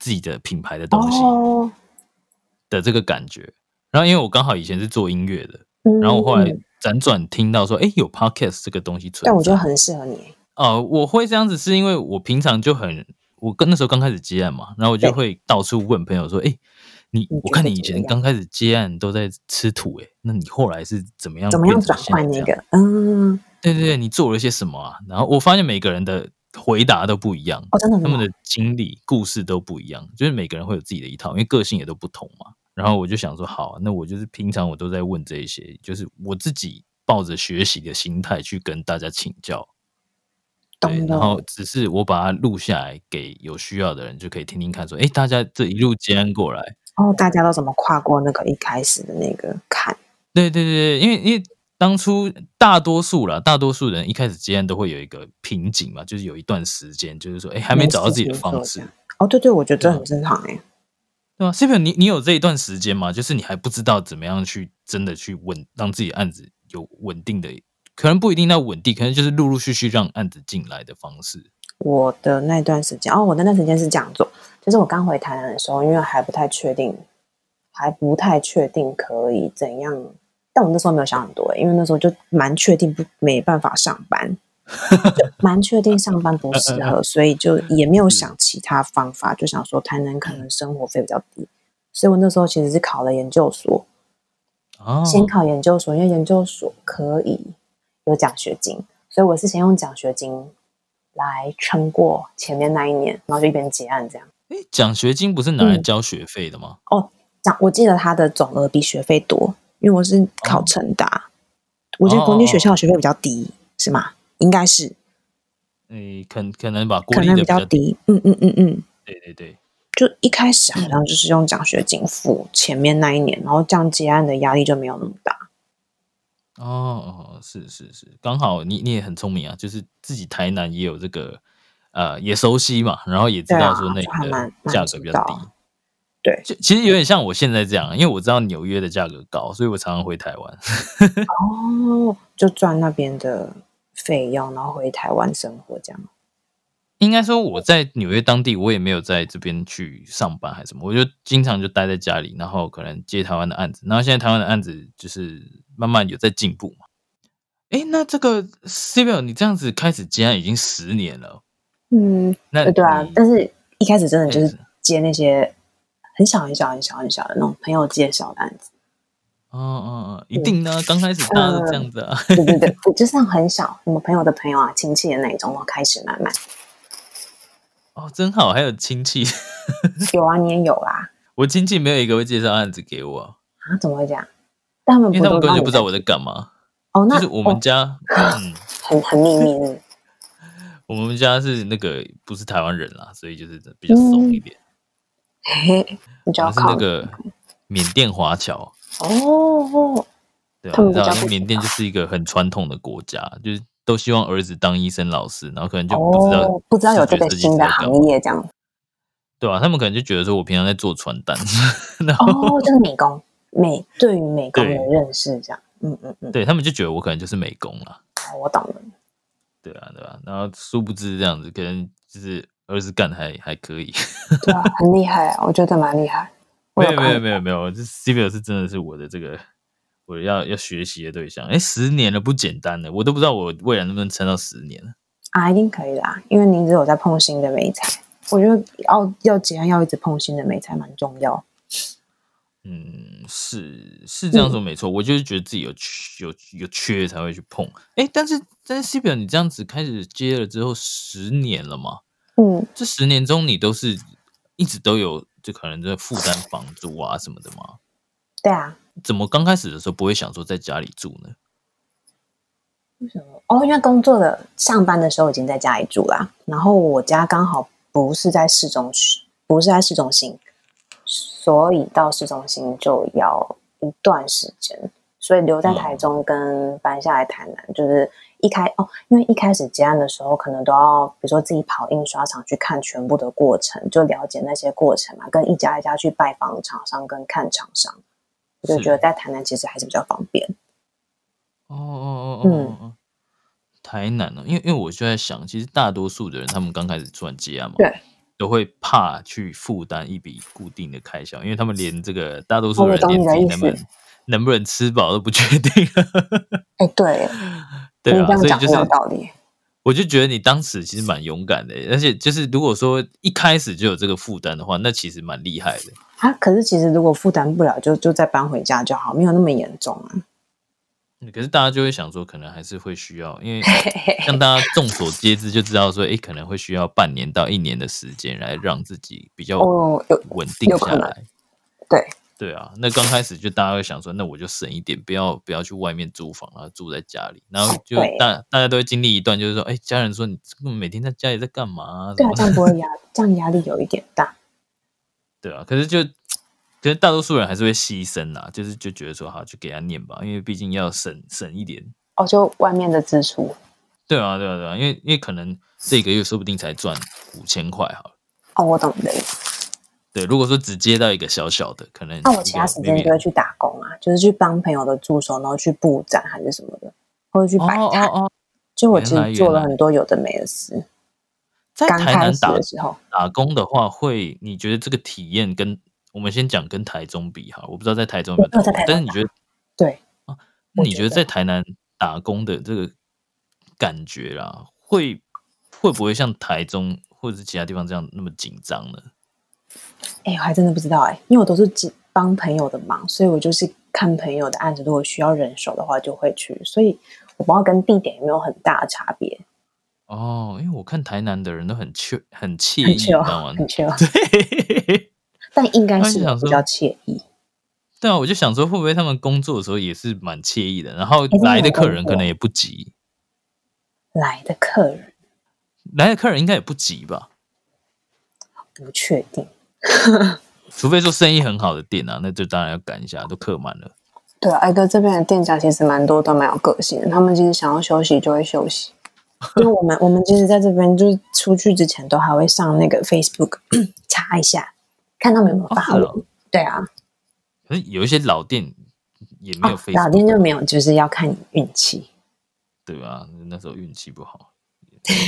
S1: 自己的品牌的东西。
S2: 哦，
S1: 的这个感觉。然后因为我刚好以前是做音乐的，
S2: 嗯
S1: 然后我后来辗转听到说，哎，有 podcast 这个东西存在。
S2: 但我觉得很适合你。
S1: 呃，我会这样子是因为我平常就很，我跟那时候刚开始接案嘛，然后我就
S2: 对
S1: 会到处问朋友说，哎，你
S2: 你
S1: 我
S2: 觉
S1: 看
S2: 得
S1: 你以
S2: 怎么
S1: 前
S2: 样
S1: 刚开始接案都在吃土、诶，哎，那你后来是怎么样
S2: 怎么样
S1: 变成
S2: 转
S1: 现在
S2: 换
S1: 这
S2: 那
S1: 样？
S2: 个？嗯，
S1: 对对对，你做了些什么啊？然后我发现每个人的回答都不一样，
S2: 哦，真的
S1: 他
S2: 很
S1: 们
S2: 好。
S1: 的经历、故事都不一样，就是每个人会有自己的一套，因为个性也都不同嘛。然后我就想说，好，啊那我就是平常我都在问这一些，就是我自己抱着学习的心态去跟大家请教，对
S2: 懂，
S1: 然
S2: 了。
S1: 后只是我把它录下来给有需要的人，就可以听听看，说，哎，大家这一路接案过来，
S2: 哦，大家都怎么跨过那个一开始的那个坎？
S1: 对对对，因为因为当初大多数啦，大多数人一开始接案都会有一个瓶颈嘛，就是有一段时间，就是说，哎，还没找到自己的
S2: 没事情
S1: 方
S2: 做
S1: 式
S2: 这。样哦，对对，我觉得
S1: 对
S2: 这
S1: 啊
S2: 很正常哎、
S1: 对啊 c p 你你有这一段时间吗？就是你还不知道怎么样去真的去稳，让自己案子有稳定的，可能不一定到稳定，可能就是陆陆续续让案子进来的方式。
S2: 我的那段时间，哦，我的那段时间是这样做，就是我刚回台南的时候，因为还不太确定，还不太确定可以怎样，但我那时候没有想很多、欸因为那时候就蛮确定不没办法上
S1: (laughs)
S2: 班，就蛮确定上班不适
S1: 嗯
S2: 合，所以就也没有想其他方法，就想说台南
S1: 嗯
S2: 可能生活费比较低，所以我那时候其实是考了研究所，
S1: 哦，
S2: 先考研究所，因为研究所可以有奖学金，所以我是先用奖学金来撑过前面那一年，然后就一边结案这样。
S1: 诶奖学金不是拿来
S2: 嗯
S1: 交学费的吗？
S2: 讲我记得它的总额比学费多，因为我是考成大，我觉得国立学校的学费比较低，是吗？应该是，
S1: 诶，可可能把国
S2: 可
S1: 立
S2: 能
S1: 的
S2: 比较
S1: 较，
S2: 低。嗯嗯嗯嗯，
S1: 对对对，
S2: 就一开始好像就是用奖学金付前面那一年，然后这样结案的压力就没有那么大。
S1: 哦，哦是是是，刚好你你也很聪明啊，就是自己台南也有这个，呃，也熟悉嘛，然后也知
S2: 对
S1: 道
S2: 啊
S1: 说那
S2: 就还
S1: 里
S2: 蛮
S1: 的
S2: 蛮
S1: 价
S2: 知
S1: 格比较
S2: 道
S1: 低。
S2: 对
S1: 就其实有点像我现在这样，因为我知道纽约的价格高，所以我常常回台湾。
S2: 哦，就赚那边的费用，然后回台湾生活这样。
S1: 应该说我在纽约当地，我也没有在这边去上班还是什么，我就经常就待在家里，然后可能接台湾的案子，然后现在台湾的案子就是慢慢有在进步嘛。诶，那这个 c b l 你这样子开始接案已经十年了，
S2: 嗯，
S1: 那
S2: 呃对啊
S1: 你，
S2: 但是一开始真的就
S1: 那
S2: 是接那些很小很小很小很小的那种朋友介绍
S1: (laughs)
S2: 的案子，
S1: 哦哦哦，一定呢，刚开始
S2: 呃
S1: 大家都这样子啊。 (laughs)
S2: 对对对，我就是那种很小，我们朋友的朋友啊、亲戚的那一种，然后开始慢慢
S1: 哦，真好，还有亲戚， (laughs)
S2: 有啊，你也有啦
S1: 我亲戚没有一个会介绍案子给我，
S2: 啊，怎么会这样？但他们
S1: 因为
S2: 不
S1: 他们根
S2: 都
S1: 本就不知道
S2: 我
S1: 我在干嘛。
S2: 哦，那
S1: 就是我们
S2: 哦
S1: 家，嗯，
S2: 很很秘密嗯是
S1: 我们家是那个不是台湾人啦，所以就是比较怂一
S2: 嗯
S1: 点。
S2: 嘿嘿，你就
S1: 我
S2: 要
S1: 们是
S2: 靠
S1: 那个缅甸华侨，
S2: 哦，
S1: 对吧、
S2: 他
S1: 你
S2: 们
S1: 知道，
S2: 比
S1: 因
S2: 较不
S1: 为缅甸就是一个很传统的国家，就是都希望儿子当医生、老师，然后可能就不知道、
S2: 哦，不知道有这个新的行，业这样
S1: (laughs) 对啊吧、他们可能就觉得说我平常在做传单， (laughs) 然后、
S2: 哦，就是美工美对于美工
S1: 对
S2: 的认识这样，嗯嗯嗯，
S1: 对他们就觉得我可能就是美工啊啦。
S2: 好我懂了。
S1: 对啊，对啊，然后殊不知这样子，可能就是儿子干得还还可以，
S2: 对啊，很厉害，我觉得蛮厉害。我
S1: 没有没有
S2: 看
S1: 没有没有，这 Civil 是真的是我的这个我要要学习的对象。哎，十年了不简单了，我都不知道我未来能不能撑到十年。
S2: 啊，一定可以的啊，因为你只有在碰新的美材，我觉得要要结案要一直碰新的美材蛮重要。
S1: 嗯，是是这样说没错，我就是觉得自己有缺有有缺才会去碰。哎，但是但是 Civil 你这样子开始接了之后十年了嘛，
S2: 嗯，
S1: 这十年中你都是一直都有就可能在负担房租啊什么的吗？
S2: 对啊，
S1: 怎么刚开始的时候不会想说在家里住呢？
S2: 为什么？哦，因为工作的上班的时候已经在家里住啦，然后我家刚好不是在市中区，不是在市中心，所以到市中心就要一段时间。所以留在台中跟搬下来台南，就是一开哦，因为一开始结案的时候，可能都要比如说自己跑印刷厂去看全部的过程，就了解那些过程嘛，跟一家一家去拜访厂商跟看厂商，我就是觉得在台南其实还是比较方便。
S1: 哦哦哦哦哦哦，台南呢、因为因为我就在想，其实大多数的人他们刚开始突然接案嘛，
S2: 对，
S1: 都会怕去负担一笔固定的开销，因为他们连这个大多
S2: 哦
S1: 数
S2: 我
S1: 人
S2: 懂
S1: 连
S2: 你的
S1: 自己
S2: 意
S1: 能不
S2: 思
S1: 能能不能吃饱都不确定，
S2: 哎，对，
S1: 对
S2: 你
S1: 啊
S2: 这，样
S1: 所以
S2: 讲
S1: 就
S2: 很
S1: 是
S2: 有道理。
S1: 我就觉得你当时其实蛮勇敢的，而且就是如果说一开始就有这个负担的话，那其实蛮厉害的。
S2: 啊，可是其实如果负担不了，就就再搬回家就好，没有那么严重
S1: (laughs)
S2: 啊。
S1: 嗯可是大家就会想说，可能还是会需要，因为像大家众所皆知就知道说，诶，可能会需要半年到一年的时间来让自己比较
S2: 哦，有
S1: 稳定
S2: 有
S1: 下
S2: 可能
S1: 来。
S2: 对，
S1: 对啊，那刚开始就大家会想说，那我就省一点，不要不要去外面租房，然后住在家里，然后就
S2: 对
S1: 大大家都会经历一段，就是说，诶，家人说你这个每天在家里在干嘛、啊？什
S2: 对啊
S1: 么，
S2: 这
S1: 的？
S2: 样不会压，这样压力有一点大。
S1: 对啊，可是就可是大多数人还是会牺牲啦，就是就觉得说，好，就给他念吧，因为毕竟要省省一点。
S2: 哦，就外面的支出，
S1: 对啊，对啊，对啊，因为因为可能这个月说不定才赚五千块好了，
S2: 哦，我懂你的意思。
S1: 对，如果说只接到一个小小的，可能
S2: 那我其他时间就会去打工啊，就是去帮朋友的助手，然后去布展还是什么的，或者去摆
S1: 哦
S2: 摊。
S1: 哦哦，
S2: 就我其
S1: 原来
S2: 实做
S1: 原
S2: 了
S1: 来
S2: 很多有的没的事。
S1: 在
S2: 刚
S1: 台
S2: 开
S1: 南
S2: 始
S1: 打
S2: 的时候，
S1: 打工的话会，你觉得这个体验跟我们先讲跟台中比哈，我不知道在台中有没有
S2: 我没有在
S1: 打工
S2: 台中
S1: 但是你觉得
S2: 对，
S1: 哦那
S2: 我
S1: 你
S2: 觉
S1: 觉得
S2: 得
S1: 在台南打工的这个感觉啦，会会不会像台中或者是其他地方这样那么紧张呢？
S2: 哎、我还真的不知道哎、因为我都是只帮朋友的忙，所以我就是看朋友的案子，如果需要人手的话就会去，所以我不知道跟地点有没有很大的差别，
S1: 哦，因为我看台南的人都很惬很惬意，
S2: 很
S1: 你知
S2: chill，嗯
S1: 道吗
S2: 很？
S1: (laughs)
S2: chill，
S1: 对，
S2: 但应该
S1: 我
S2: 是
S1: 就想
S2: 比
S1: 说
S2: 较惬意。
S1: 对啊，我就想说会不会他们工作的时候也是蛮惬意的，然后
S2: 真的
S1: 来的
S2: 有
S1: 客
S2: 工
S1: 人
S2: 作
S1: 可能也不急，
S2: 来的客人
S1: 来的客人应该也不急吧？
S2: 不确定，
S1: 除非说生意很好的店啊，那就当然要赶一下，都客满了。
S2: 对啊，艾哥这边的店家其实蛮多都蛮有个性的，他们其实想要休息就会休息。因为我们我们其实在这边就是出去之前都还会上那个 Facebook (coughs) 查一下，看他们有没有
S1: 哦
S2: 发
S1: 是
S2: 文。
S1: 哦
S2: 对啊，
S1: 可是有一些老店也没有
S2: 哦
S1: 非、，
S2: 老店就没有，就是要看运气。
S1: 对吧？那时候运气不好，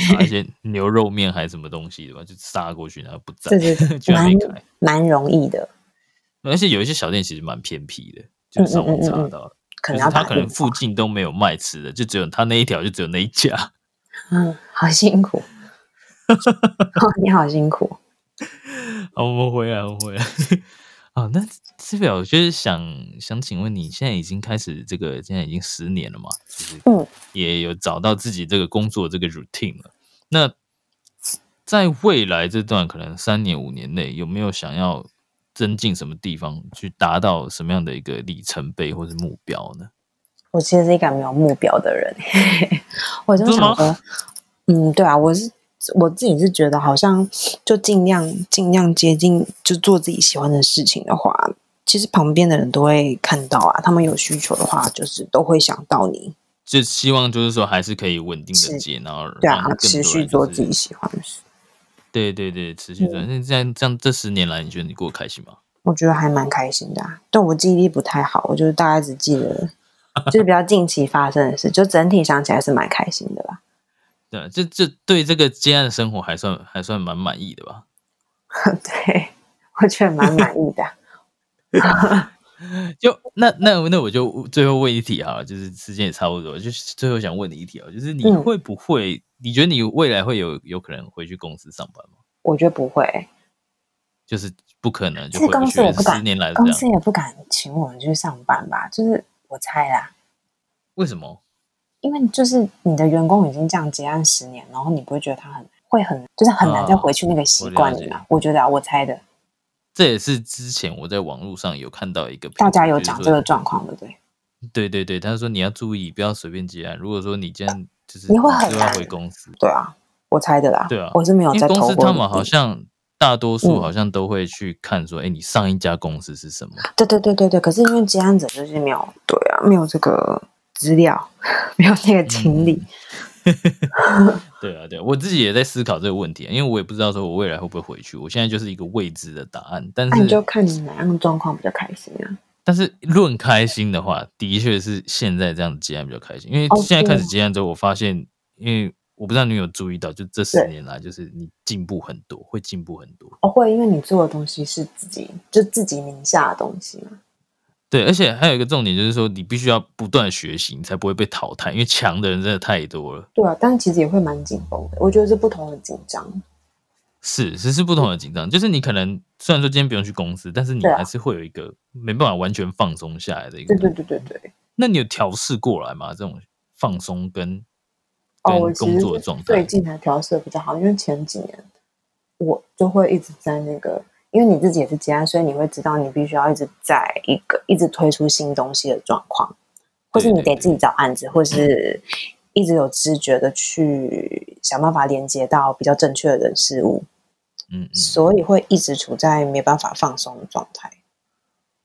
S1: 查一些牛肉面还是什么东西的吧，就杀过去，然后不在
S2: 对对，
S1: (laughs)
S2: 对
S1: 居然没
S2: 蛮
S1: 开。
S2: 蛮容易的，
S1: 而且有一些小店其实蛮偏僻的，就是上网查
S2: 嗯嗯嗯嗯
S1: 到的，
S2: 可
S1: 就
S2: 能
S1: 是
S2: 要
S1: 他
S2: 打
S1: 可能
S2: 电
S1: 附
S2: 话。
S1: 近都没有卖吃的，就只有他那一条，就只有那一家。
S2: 嗯，好辛苦。哦，你好辛苦。
S1: 好，哦我们回来，我们 (laughs) 回来。啊，那志表，我就是想想请问你，现在已经开始这个，现在已经十年了嘛，就是
S2: 嗯
S1: 也有找到自己这个工作这个 routine 了。那在未来这段可能三年五年内，有没有想要增进什么地方，去达到什么样的一个里程碑或是目标呢？
S2: 我其实是一个没有目标的人，我就
S1: 真的吗
S2: 想说，嗯，对啊，我是我自己是觉得好像就尽量尽量接近，就做自己喜欢的事情的话，其实旁边的人都会看到啊，他们有需求的话，就是都会想到你，
S1: 就希望就是说还是可以稳定的
S2: 是
S1: 接，然后
S2: 对
S1: 让
S2: 啊，
S1: 更
S2: 持
S1: 多
S2: 续
S1: 人
S2: 做
S1: 就
S2: 自己
S1: 是
S2: 嗯喜欢的事，
S1: 对对对，持续做。那这样这样这十年来，你觉得你过得开心吗？
S2: 我觉得还蛮开心的、啊。但我记忆力不太好，我就是大概只记得就是比较近期发生的事，就整体想起来是蛮开心的啦。 (laughs)
S1: 对啊，这这对这个接案的生活还算还算蛮满意的吧？
S2: 对，我觉得蛮满意的啊。
S1: 就那那那我就最后问一题啊，就是时间也差不多，就是最后想问你一题啊，就是你
S2: 嗯
S1: 会不会？你觉得你未来会有有可能回去公司上班吗？
S2: 我觉得不会、
S1: 就是不可能，就
S2: 这
S1: 回
S2: 公司
S1: 去
S2: 我不敢
S1: 十年来这
S2: 公司
S1: 样，
S2: 也不敢请我们去上班吧？就是我猜啦，
S1: 为什么？
S2: 因为就是你的员工已经这样结案十年，然后你不会觉得他很会很就是很难再
S1: 嗯
S2: 回去那个习惯里嘛？我觉得啊，我猜的，
S1: 这也是之前我在网络上有看到一个
S2: 大家
S1: 评
S2: 有
S1: 论
S2: 讲
S1: 就是
S2: 这
S1: 说
S2: 个状况，对不对？
S1: 对对对，他说你要注意，不要随便接案。如果说你今天就是
S2: 你会很
S1: 就要
S2: 难
S1: 回公司，
S2: 对啊，我猜的啦。
S1: 对啊
S2: 我是没有
S1: 因
S2: 在
S1: 为公
S2: 投
S1: 司
S2: 过
S1: 他
S2: 履
S1: 们
S2: 历
S1: 好像大多数
S2: 嗯
S1: 好像都会去看说，哎、你上一家公司是
S2: (laughs)
S1: 什么？
S2: 对对对对对，可是因为接案者就是没有对啊，没有这个资料， (laughs) 没有那个经历，
S1: 对啊，对啊，我自己也在思考这个问题，因为我也不知道说我未来会不会回去，我现在就是一个未知的答案。但，
S2: 那、你就是看你哪样的状况比较开心啊？
S1: 但是论开心的话，的确是现在这样接案比较开心，因为
S2: 哦
S1: 现在
S2: 对
S1: 开
S2: 啊
S1: 始接案之后，我发现，因为我不知道你有没有注意到，就这十
S2: 对
S1: 年来，就是你进步很多，会进步很多。
S2: 哦，会，因为你做的东西是自己就自己名下的东西嘛。
S1: 对，而且还有一个重点就是说，你必须要不断地学习，你才不会被淘汰，因为强的人真的太多了。
S2: 对啊，但其实也会蛮紧绷的。我觉得是不同的紧张。
S1: 是，是是不同的紧张，就是你可能虽然说今天不用去公司，但是你
S2: 对啊
S1: 还是会有一个没办法完全放松下来的一个
S2: 对
S1: 感觉。
S2: 对对对对。
S1: 那你有调试过来吗？这种放松跟
S2: 哦，我
S1: 跟
S2: 其
S1: 工
S2: 实
S1: 作的
S2: 是
S1: 状
S2: 最
S1: 态，
S2: 近才调试的比较好，因为前几年我就会一直在那个，因为你自己也是接案，所以你会知道你必须要一直在一个一直推出新东西的状况，或是
S1: 对
S2: 你
S1: 对
S2: 得自己找案子，或是一直有知觉的去想办法连接到比较正确的人事物，
S1: 嗯嗯，
S2: 所以会一直处在没办法放松的状态。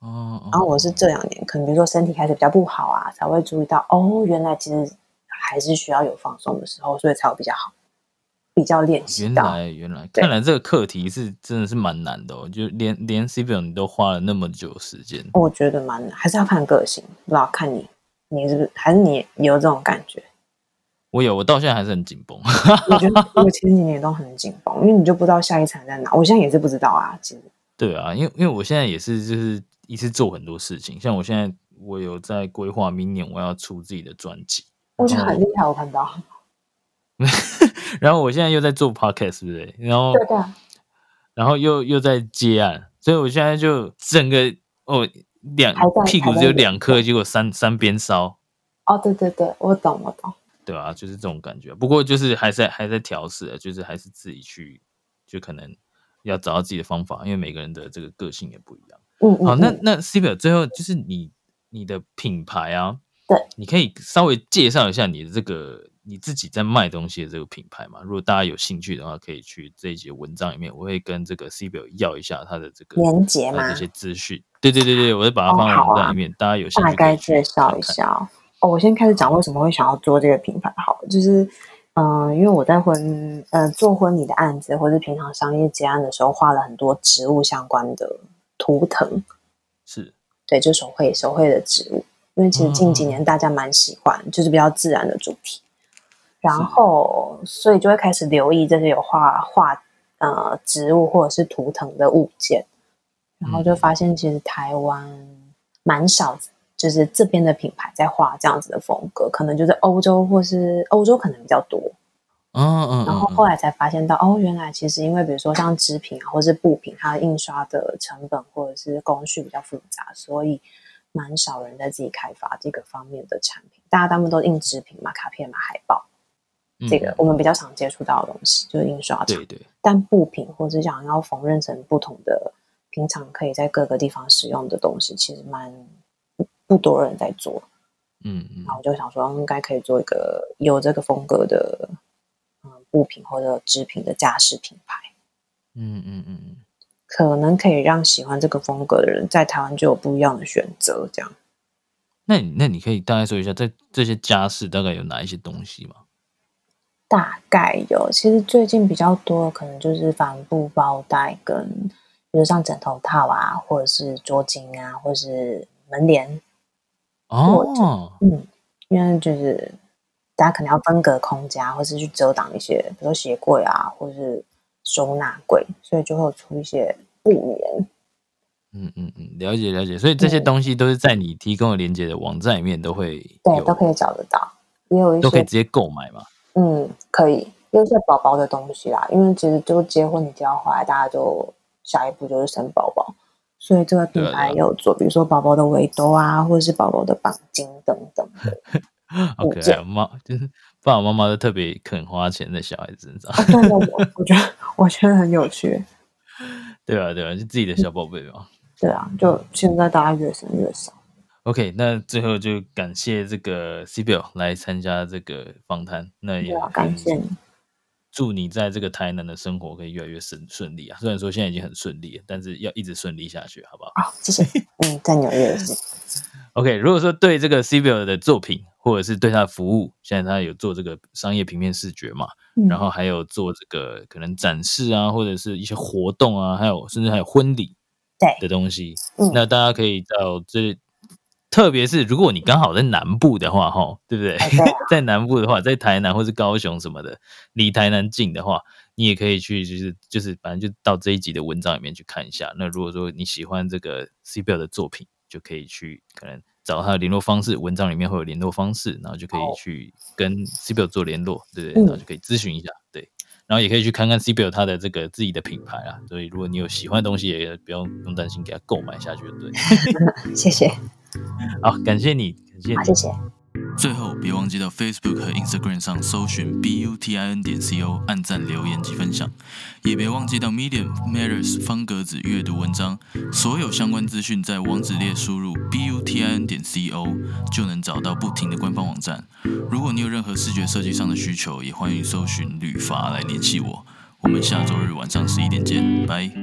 S1: 哦，
S2: 然后我是
S1: 哦
S2: 这两年，可能比如说身体开始比较不好啊，才会注意到哦，原来其实还是需要有放松的时候，所以才会比较好。比较练习
S1: 原
S2: 到。
S1: 来原来，
S2: 对
S1: 看来这个课题是真的是蛮难的哦，就连连 C B 你都花了那么久时间，
S2: 我觉得蛮难，还是要看个性，不知道看你，你是不是还是你有这种感觉？
S1: 我有，我到现在还是很紧绷。 (laughs)
S2: 我觉得我前几年都很紧绷，因为你就不知道下一场在哪。我现在也是不知道啊，其实
S1: 对啊，因为因为我现在也是就是一次做很多事情，像我现在我有在规划明年我要出自己的专辑，
S2: 我觉得很厉害，我看
S1: 哦
S2: 到。
S1: 然后我现在又在做 podcast，对不对？然后
S2: 对对啊，
S1: 然后又又在接案，所以我现在就整个哦两
S2: 还在
S1: 屁股只有两颗，结果三三边烧，
S2: 哦，对对对，我懂我懂。
S1: 对啊，就是这种感觉。不过就是还在还在调试啊，就是还是自己去，就可能要找到自己的方法，因为每个人的这个个性也不一样。
S2: 嗯嗯。
S1: 好，那
S2: 嗯
S1: 那 C 表最后就是你你的品牌啊，
S2: 对，
S1: 你可以稍微介绍一下你的这个你自己在卖东西的这个品牌嘛？如果大家有兴趣的话，可以去这一节文章里面，我会跟这个 C 表要一下他的这个
S2: 连结
S1: 他的
S2: 吗
S1: 这些资讯。对对对对，我会把它
S2: 哦
S1: 放在
S2: 好
S1: 文
S2: 啊
S1: 章里面，大家有兴趣
S2: 大
S1: 可以
S2: 概
S1: 去
S2: 介绍
S1: 看
S2: 一
S1: 看。
S2: 下哦。哦我先开始讲为什么会想要做这个品牌好了，就是嗯、呃因为我在婚呃做婚礼的案子，或是平常商业结案的时候，画了很多植物相关的图腾，
S1: 是，
S2: 对，就手绘手绘的植物。因为其实近几年大家蛮喜欢，就是比较自然的主题，然后所以就会开始留意这些有画画呃植物或者是图腾的物件，然后就发现其实台湾蛮少，就是这边的品牌在画这样子的风格，可能就是欧洲或是欧洲可能比较多，
S1: 嗯嗯
S2: 然后
S1: 嗯
S2: 后来才发现到，哦，原来其实因为比如说像织品啊，或是布品，它印刷的成本或者是工序比较复杂，所以蛮少人在自己开发这个方面的产品。大家大部分都印织品嘛、卡片嘛、海报，
S1: 嗯，
S2: 这个我们比较常接触到的东西就是印刷
S1: 对
S2: 厂。
S1: 对，
S2: 但布品或是想要缝纫成不同的，平常可以在各个地方使用的东西，其实蛮不不多人在做。
S1: 嗯嗯
S2: 那我就想说，应该可以做一个有这个风格的，嗯，布品或者织品的家饰品牌，
S1: 嗯嗯嗯嗯，
S2: 可能可以让喜欢这个风格的人在台湾就有不一样的选择。这样，
S1: 那你那你可以大概说一下，在这些家饰大概有哪一些东西吗？
S2: 大概有，其实最近比较多的可能就是帆布包袋跟，比如像枕头套啊，或者是桌巾啊，或是门帘，
S1: 哦，
S2: 嗯，因为就是大家可能要分隔空间，啊或是去遮挡一些，比如说鞋柜啊，或是收纳柜，所以就会有出一些布帘。
S1: 嗯嗯嗯，了解了解。所以这些
S2: 嗯
S1: 东西都是在你提供的连接的网站里面都会
S2: 对，
S1: 有
S2: 都可以找得到，也有一
S1: 都可以
S2: 些
S1: 直接购买嘛。
S2: 嗯，可以，也有一些宝宝的东西啦，因为其实就结婚你就要怀，大家就下一步就是生宝宝，所以这个品
S1: 对啊对
S2: 牌
S1: 啊
S2: 也有做，比如说宝宝的围兜啊，或者是宝宝的绑巾等等的。
S1: 好可爱哦，妈就是爸爸妈妈都特别肯花钱在小孩子身上，
S2: 真的，我我觉得我觉得很有趣。
S1: 对啊对啊，就自己的小宝贝嘛。 (laughs)
S2: 对啊，就现在大家越生越少。
S1: OK，那最后就感谢这个 C b i l 来参加这个访谈，那 (laughs) 也
S2: 对啊，感谢你。
S1: 祝你在这个台南的生活可以越来越顺顺利啊！虽然说现在已经很顺利了，但是要一直顺利下去，好不好？
S2: 好，谢
S1: (laughs)
S2: 谢。嗯，在纽约也是。
S1: OK，如果说对这个 c b l 的作品，或者是对他的服务，现在他有做这个商业平面视觉嘛，
S2: 嗯
S1: 然后还有做这个可能展示啊，或者是一些活动啊，还有甚至还有婚礼的
S2: 对，
S1: 东西，
S2: 嗯
S1: 那大家可以到这，特别是如果你刚好在南部的话，哈，对不对？
S2: 哎对啊
S1: (laughs) 在南部的话，在台南或是高雄什么的，离台南近的话，你也可以去，就是就是，反正就到这一集的文章里面去看一下。那如果说你喜欢这个 C b l 的作品，就可以去可能找他的联络方式，文章里面会有联络方式，然后就可以
S2: 哦
S1: 去跟 C b l 做联络，对不对？
S2: 嗯
S1: 然后就可以咨询一下，对。然后也可以去看看 C b l 它的这个自己的品牌啊，所以如果你有喜欢的东西，也不用不用担心给它购买下去，对。
S2: 谢谢，
S1: 好，感谢你，感谢
S2: 好，
S1: 你
S2: 谢。谢。
S3: 最后，别忘记到 Facebook 和 Instagram 上搜寻 butin 点 co，按赞、留言及分享。也别忘记到 Medium、Matters、方格子阅读文章。所有相关资讯在网址列输入 butin 点 co 就能找到不停的官方网站。如果你有任何视觉设计上的需求，也欢迎搜寻旅发来联系我。我们下周日晚上十一点见，拜。